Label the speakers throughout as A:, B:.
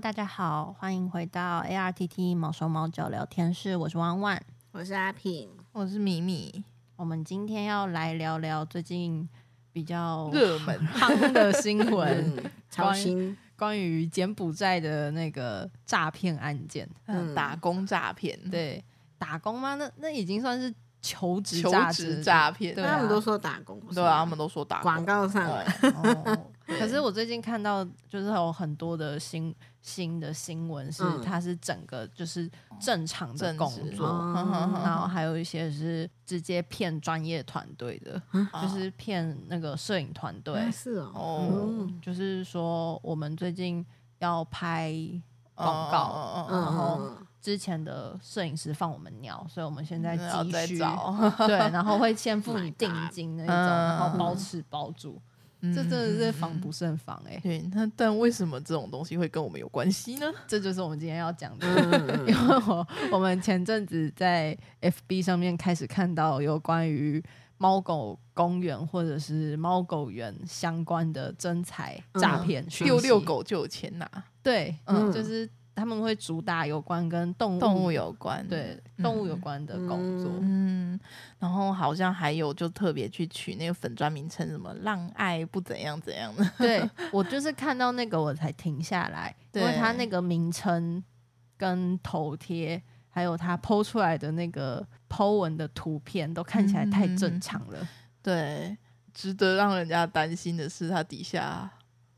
A: 大家好，欢迎回到 ARTT 毛手毛脚聊天室，我是弯弯。
B: 我是阿平，
C: 我是米米，
A: 我们今天要来聊聊最近比较
C: 热门
A: 夯的新闻，
B: 嗯，超新，
A: 关于柬埔寨的那个诈骗案件。
B: 嗯
C: 呃打工诈骗，，
A: 对，打工吗？那那已经算是求职
C: 求
A: 诈
C: 职诈骗，
A: 对
B: 那他们
A: 啊
B: 都说打工，不是
C: 对啊，他们都说打工
B: 广告上啊
C: 对
A: 骗。哦可是我最近看到，就是有很多的新新的新闻，是
B: 嗯
A: 它是整个就是正常的
C: 正
A: 工
C: 职
A: 作，
B: 哦
C: 嗯
A: 嗯然后还有一些是直接骗专业团队的，就是骗那个摄影团队
B: 啊，是哦，
C: 哦
B: 嗯
A: 就是说我们最近要拍广告，
C: 告
B: 嗯
A: 然后
C: 哦
B: 嗯
A: 之前的摄影师放我们鸟，所以我们现在
C: 嗯要再
A: 急需。
C: 找，
A: 对，然后会先付
B: My
A: 你定
B: God
A: 金那一种，
C: 嗯
A: 然后包吃包住，这真的是防不
C: 嗯。
A: 胜防哎、
C: 对，那但为什么这种东西会跟我们有关系呢？
A: 这就是我们今天要讲的。
B: 嗯
A: 因
B: 嗯
A: 为我我们前阵子在 FB 上面开始看到有关于猫狗公园或者是猫狗园相关的真财诈骗讯息，
C: 遛遛狗就有钱拿，
A: 对，
B: 嗯
A: 就是他们会主打有关跟动物
C: 动物有关，
A: 嗯对
C: 嗯
A: 动物有关的工作，
C: 嗯，然后好像还有就特别去取那个粉砖名称，什么“浪爱不怎样怎样” 的，
A: 对我就是看到那个我才停下来，因
C: 对
A: 为它那个名称跟头贴，还有它剖出来的那个剖文的图片，都看起来太正常了。
C: 对，值得让人家担心的是，它底下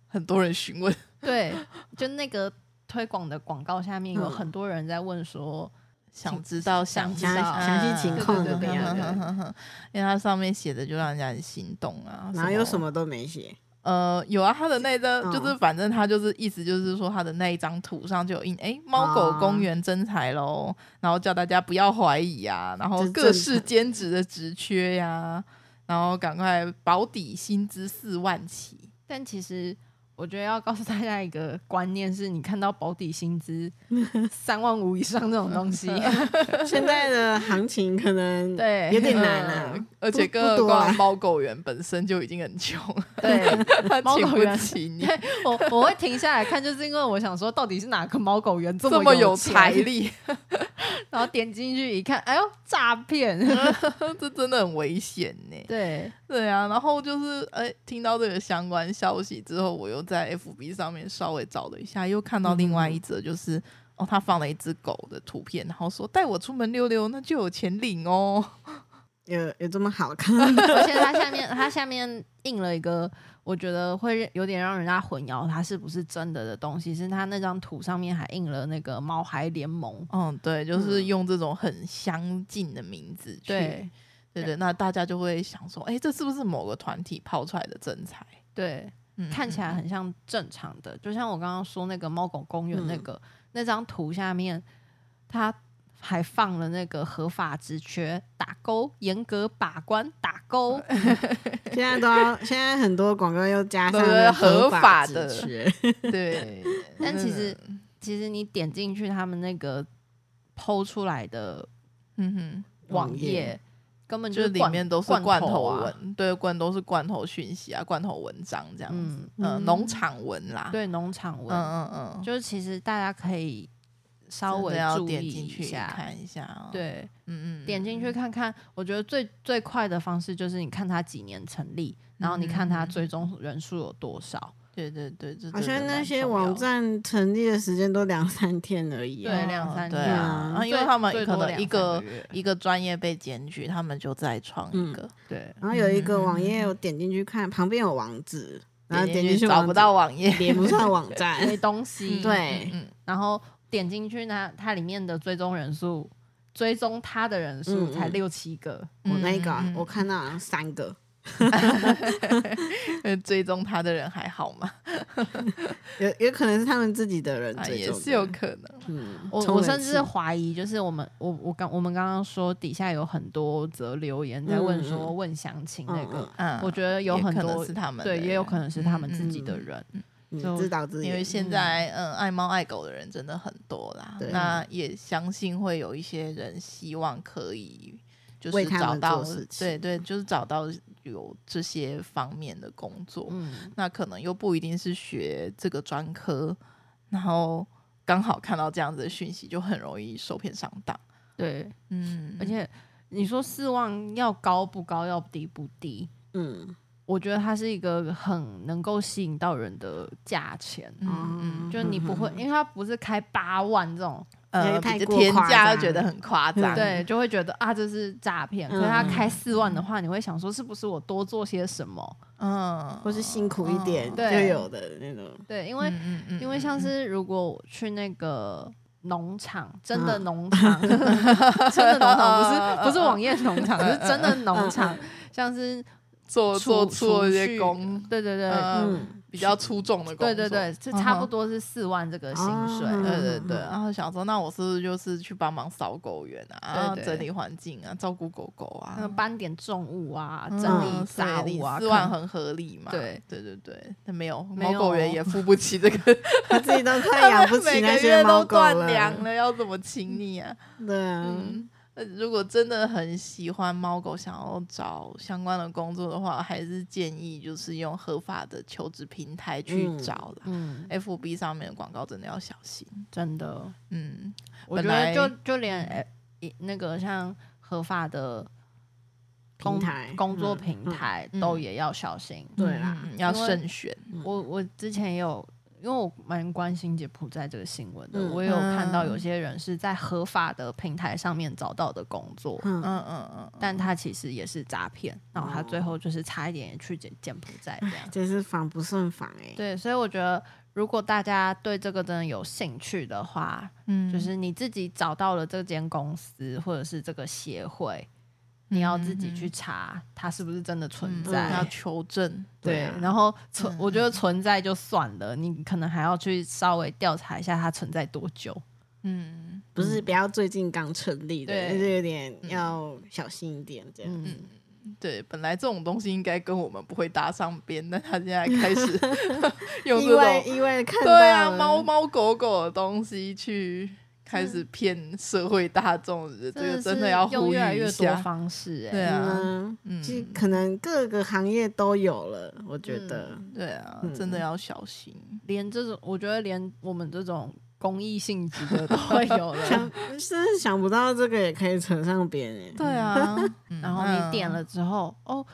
C: 很多人询问，
A: 对，就那个推广的广告下面有
B: 嗯
A: 很多人在问说，
C: 想知道，想知道啊
B: 详详细情况怎么样
C: 嗯哼哼哼哼因为它上面写的就让人家很心动啊。
B: 哪有什？么都没 写，
C: 呃，有啊，它的那张
B: 嗯
C: 就是，反正它就是意思就是说，它的那一张图上就有印，哎，猫
B: 啊
C: 狗公园征才喽，然后叫大家不要怀疑啊，然后
B: 这
C: 各式兼职的职缺呀、然后赶快保底薪资四万起，
A: 但其实我觉得要告诉大家一个观念是，你看到保底薪 资三万五以上这种东 西，
B: 现在的行情可能
A: 对，
B: 有点难啊
C: 嗯，而且
B: 不
C: 更
B: 不
C: 何
B: 多啊
C: 况猫狗园本身就已经很穷，
A: 对，
C: 它
A: 猫
C: 请
A: 狗
C: 不
A: 园
C: 起你
A: 我我会停下来看，就是因为我想说，到底是哪个猫狗园这
C: 这
A: 么
C: 么有
A: 钱
C: 财，力，
A: 然后点进去一看，哎呦，诈骗！
C: 这真的很危险呢。
A: 对，
C: 对啊，然后就是哎、听到这个相关消息之后，我又在 FB 上面稍微找了一下，又看到另外一则，就是、哦，他放了一只狗的图片，然后说带我出门溜溜，那就有钱领哦。
B: 有有这么好看，
A: 而且它下面它下面印了一个，我觉得会有点让人家混淆它是不是真的的东西，是它那张图上面还印了那个猫孩联盟。
C: 嗯，对，就是
B: 嗯
C: 用这种很相近的名字去，
A: 对
C: 对对，那大家就会想说，哎，这是不是某个团体泡出来的真才？
A: 对，
C: 嗯
A: 看起来很像正常的，就像我刚刚说那个猫狗公园那个、那张图下面，它还放了那个合法职缺打勾，严格把关打勾。
B: 现在都 要现在很多广告又加上
C: 对对
B: 了
C: 合
B: 法
C: 法的
B: 职缺
C: 嗯对，
A: 但其实
C: 嗯
A: 其实你点进去他们那个剖出来的
C: 嗯哼。
A: 网
B: 网
A: 页
B: 页，
A: 根本
C: 就是
A: 是
C: 里
A: 罐
C: 面都是罐
A: 罐
C: 头
A: 啊
C: 文，对，罐都是罐头讯息啊，罐头文章这样子，
A: 嗯，
C: 嗯，
B: 嗯
C: 农、场文啦，，
A: 对，农场
C: 嗯
A: 文，
C: 嗯嗯，
A: 就是其实大家可以稍
C: 真
A: 微
C: 的要
A: 注
C: 点
A: 意
C: 进
A: 一
C: 去
A: 下，
C: 看一下、哦，，
A: 对，
C: 嗯嗯，
A: 点进去
C: 嗯，
A: 看看。我觉得最最快的方式就是你看它几年成立，然后你看它
C: 嗯
A: 最终人数有多少，
C: 对对对，这
B: 好
C: 真
B: 像
C: 的
B: 那
C: 蛮
B: 些
C: 重
B: 网
C: 要
B: 站成立的时间都两三天而已啊，
A: 对两三
C: 对
A: 天
C: 啊，然后因为
A: 最
C: 他们
A: 最
C: 可
A: 多
C: 能一
A: 两三
C: 个
A: 月
C: 一个专业被检举，他们就再创一
B: 嗯
C: 个，
A: 对，
B: 然后有一个
C: 嗯
B: 网页，我点进去看，旁边有网址，然后点
C: 进
B: 去
C: 找
B: 网
C: 不
B: 址
C: 到，网页，
B: 连不上网 站
A: 没，东西，
C: 嗯
B: 对
C: 嗯
A: 然后点进去呢，它里面的追踪人数，追踪它的人数
B: 嗯
A: 才
B: 嗯
A: 六七个，
B: 我那个啊、
C: 嗯嗯嗯
B: 我看到好像三个，
C: 嗯呃追踪他的人还好吗？
B: 有有可能是他们自己的人
C: 啊，
B: 追
C: 也
B: 踪
C: 是
B: 的
C: 有可能，
B: 嗯，
A: 我
B: 充
A: 我
B: 人
A: 甚至
B: 气
A: 怀疑，就是我们我我刚我们刚刚说底下有很多则留言在问
B: 嗯
A: 说
B: 嗯嗯
A: 问详情那个，
C: 嗯，
A: 我觉得有
C: 也
A: 很
C: 可能
A: 多
C: 是他们的
A: 对，
C: 人，
A: 也有可能是他们
C: 嗯
A: 自己的
B: 嗯嗯
A: 人。
B: 嗯
A: 就
B: 嗯，自导自
C: 因为
B: 演，
C: 现在嗯爱猫爱狗的人真的很多啦，
B: 对
C: 那也相信会有一些人希望可以就
B: 为
C: 是
B: 他
C: 找
B: 们
C: 到
B: 做事情
C: 对对，就是找到有这些方面的工作，
A: 嗯，
C: 那可能又不一定是学这个专科，然后刚好看到这样子的讯息，就很容易受骗上当。
A: 对，
C: 嗯
A: 而且你说四万要高不高，要低不低？
B: 嗯
A: 我觉得它是一个很能够吸引到人的价钱，
C: 嗯嗯，
A: 就是你不会，因为它不是开八万这种，
B: 因
C: 呃，
B: 为太
C: 比较
B: 过
C: 天
B: 夸
C: 价
B: 张
C: 觉得很夸
B: 嗯
C: 张，
A: 对，就会觉得啊这是诈骗。可是他
B: 嗯
A: 开四万的话，你会想说是不是我多做些什么？
C: 嗯，
B: 或是辛苦一
C: 哦
A: 嗯
B: 点就
A: 对
B: 有的那种，
A: 对，因
C: 嗯，
A: 为
C: 嗯嗯
A: 因为像
C: 嗯
A: 是如果我去那个农场，真的
B: 嗯
A: 农场， 真的农场，不是不是
C: 嗯嗯嗯
A: 网页农场，是真的农场，像是
C: 做做
A: 储
C: 做
A: 储
C: 一些
A: 蓄，
C: 工
A: 对对嗯对。
C: 嗯
B: 嗯，
C: 比较出众的工作，
A: 对对对，就差不多是四万这个薪水，
B: 嗯哼
C: 对对对，
B: 嗯嗯嗯
C: 然后想说，那我是不是就是去帮忙扫狗园啊，然后
A: 对对
C: 整理环境啊，照顾狗狗啊，
A: 那搬点重物啊，整理
C: 嗯
A: 杂物啊，
C: 四
A: 可
C: 万
A: 能
C: 很合理嘛？
A: 对
C: 对对对，那没有
A: 没
C: 猫狗园
A: 有
C: 也付不起这 个，
B: 他自己都快养 不起
C: 每个
B: 那
C: 月
B: 些
C: 都
B: 猫狗
C: 断粮
B: 了，
C: 了，要怎么请你啊？
B: 对啊，
C: 嗯，呃如果真的很喜欢猫狗，想要找相关的工作的话，还是建议就是用合法的求职平台去
B: 嗯
C: 找啦。
A: 嗯，
C: F B 上面的广告真的要小心。
A: 真的，
C: 嗯，
A: 我
C: 本
A: 觉得
C: 来
A: 就就连哎一那个像合法的工
B: 平台
A: 工作
B: 嗯
A: 平
B: 嗯
A: 台
C: 嗯
A: 都也要小心。
B: 对啦
C: 嗯嗯嗯要
A: 因为
C: 慎选。
A: 我我之前也有，因为我蛮关心柬埔寨这个新闻的，
B: 嗯
A: 我也有看到有
C: 嗯
A: 些人是在合法的平台上面找到的工作，
B: 嗯
C: 嗯嗯嗯嗯，
A: 但他其实也是诈骗，然后他
B: 哦哎
A: 最后就是差一点也去柬柬埔寨这样。
B: 真是防不胜防哎、
A: 对，所以我觉得如果大家对这个真的有兴趣的话，
C: 嗯
A: 就是你自己找到了这间公司或者是这个协会，你要自己去查它是不是真的存
C: 嗯
A: 在。
C: 要求证。
A: 对，
B: 啊
A: 然后存，
C: 嗯
A: 我觉得存在就算了，你可能还要去稍微调查一下它存在多久。
C: 嗯
B: 不是不要最近刚成立的，
C: 对嗯
B: 就是有点要小心一点这样。
A: 嗯，
C: 对，本来这种东西应该跟我们不会搭上边，但他现在开 始用
B: 意
C: 这
B: 外
C: 种
B: 意外地看到
C: 对啊
B: 了
C: 猫猫狗狗的东西去开始骗社会大众，这个嗯真的
A: 是
C: 要
A: 用
C: 呼吁
A: 越来越
C: 一
A: 多
C: 下。
A: 方式、哎，
C: 对啊，
B: 嗯，
C: 嗯
B: 就可能各个行业都有了，我觉得。
C: 对啊，
B: 嗯
C: 真的要小心。
A: 连这种，我觉得连我们这种公益性质的都会有了。
B: 想 真的想不到这个也可以扯上边哎、
C: 对啊，嗯
A: 然后你点，了之后，哦，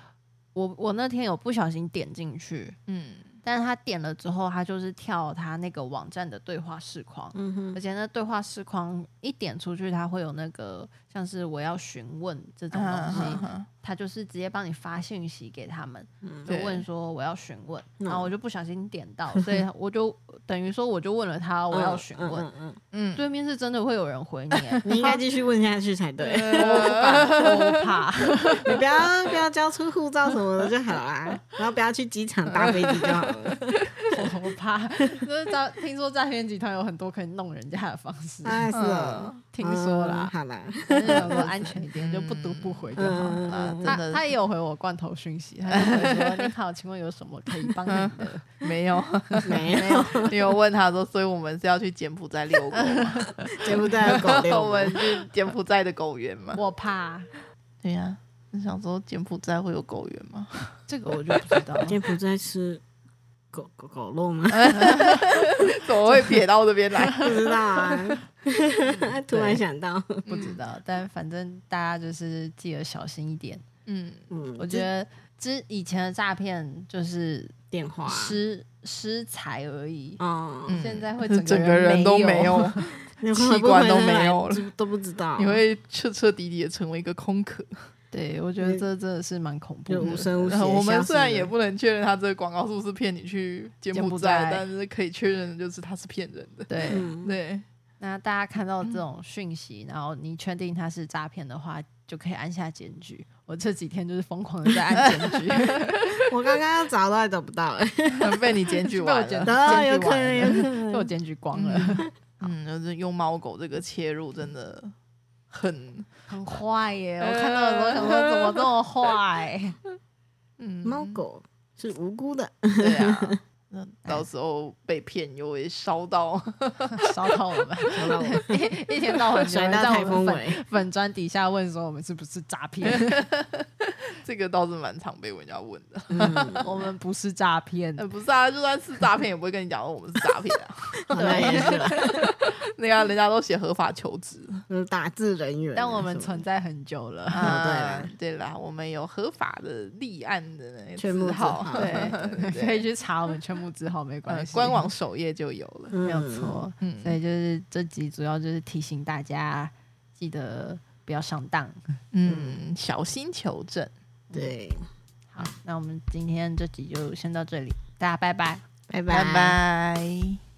A: 我我那天有不小心点进去，
C: 嗯
A: 但是他点了之后，他就是跳他那个网站的对话视框，
B: 嗯
A: 而
B: 哼，
A: 且那对话视框一点出去，它会有那个像是我要询问这种东西，
C: 嗯，
A: 它就是直接帮你发信息给他们，
B: 嗯
A: 就
C: 对
A: 问说我要询问，
B: 嗯
A: 然后我就不小心点到，所 以我就等于说我就问了他我要询问，
B: 嗯嗯嗯，
C: 嗯，
A: 对面是真的会有人回你欸耶
B: 你应该继续问下去才 对，
A: 我怕，
B: 你不要不要交出护照什么的就好啦， 然后不要去机场搭飞机就好了。
A: 我怕， 就是诈听说诈骗集团有很多可以弄人家的方式，
B: 哎，是哦，
A: 听说啦
B: 嗯，好啦，
A: 但是想说安全一点，就不读不回就好了。
B: 嗯
C: 啊，真
A: 他
C: 的
A: 他也有回我罐头讯息，他就回说：“你好，请问有什么可以帮你的
C: 没有。
B: 没有，
C: 你有问他说，所以我们是要去柬埔寨遛狗吗？
B: 柬埔寨的 狗
C: 我
B: 遛
C: 们
B: 吗，
C: 去柬埔寨的狗园？”吗？
A: 我怕
C: 对呀、你想说柬埔寨会有狗园吗？
A: 这个我就不知道了。
B: 柬埔寨吃狗狗狗肉 吗？
C: 怎么会撇到这边来？
B: 不知道啊，突然想到，
A: 不知道，但反正大家就是记得小心一点。
C: 嗯，
B: 嗯，
A: 我觉得之以前的诈骗就是
B: 这电话，啊
A: 失失财而已，
B: 哦，
C: 嗯
A: 现在会
C: 就是
A: 整
C: 整
A: 个
C: 个
A: 人
C: 人都
A: 没
C: 没
A: 有
C: 有，
B: 你
C: 器
B: 会不
C: 官
B: 会
C: 都
B: 回得
C: 没
B: 来
C: 有了
B: 知都不知道，
C: 你会彻彻底底的成为一个空壳。
A: 对我觉得这真的是蛮恐怖
B: 就无
A: 的。
B: 声无息
C: 然
B: 地消失了。
C: 后 我们虽然也不能确认他这个广告是不是骗你去柬
A: 柬
C: 埔
A: 埔
C: 寨，
A: 寨
C: 但是可以确认的就是他是骗人的。
A: 对，
B: 嗯，
C: 对，
A: 那大家看到这种讯息，然后你确定它是诈骗的话，就可以按下检举。我这几天就是疯狂的在按检举，
B: 我刚刚找都还找不 到，
C: 被你检举
A: 被我
C: 完
A: 检
C: 了。
A: 举
B: 哦，有
A: 完
B: 可能，有
A: 了
B: 可
A: 被我
B: 能，
A: 检举光了，
C: 嗯，就是用猫狗这个切入真的 很，
A: 很坏耶！我看到的时候想说，怎么这么坏？
C: 嗯，
B: 猫狗是无辜的，
C: 对啊，那到时候被骗又会烧到
A: 烧到我们，
B: 好了，我
A: 一一天到晚有
B: 甩
A: 人
B: 到
A: 在
B: 台
A: 我
B: 风
A: 们粉
B: 尾，
A: 粉砖底下问说我们是不是诈骗，
C: 这个倒是蛮常被人家问的。
B: 嗯，
A: 我们不是诈骗，
C: 呃，不是啊，就算是诈骗，也不会跟你讲说我们是诈骗啊。
B: 好了 也是啦，
C: 那个啊人家都写合法求职。
B: 嗯，打字人员啊什么的，
A: 但我们存在很久了。
B: 啊 对啦，
C: 对啦，我们有合法的立案的那个
B: 全部
C: 字号
B: 字，号
A: 对
C: 对，对
A: 可以去查我们全部之后没关
C: 呃
A: 系，
C: 官网首页就有了。
B: 嗯
A: 没有错。
C: 嗯
A: 所以就是这集主要就是提醒大家，记得不要上当。
C: 嗯，小心求证，
B: 对，
A: 好，那我们今天这集就先到这里，大家拜拜。
B: 拜
C: 拜拜。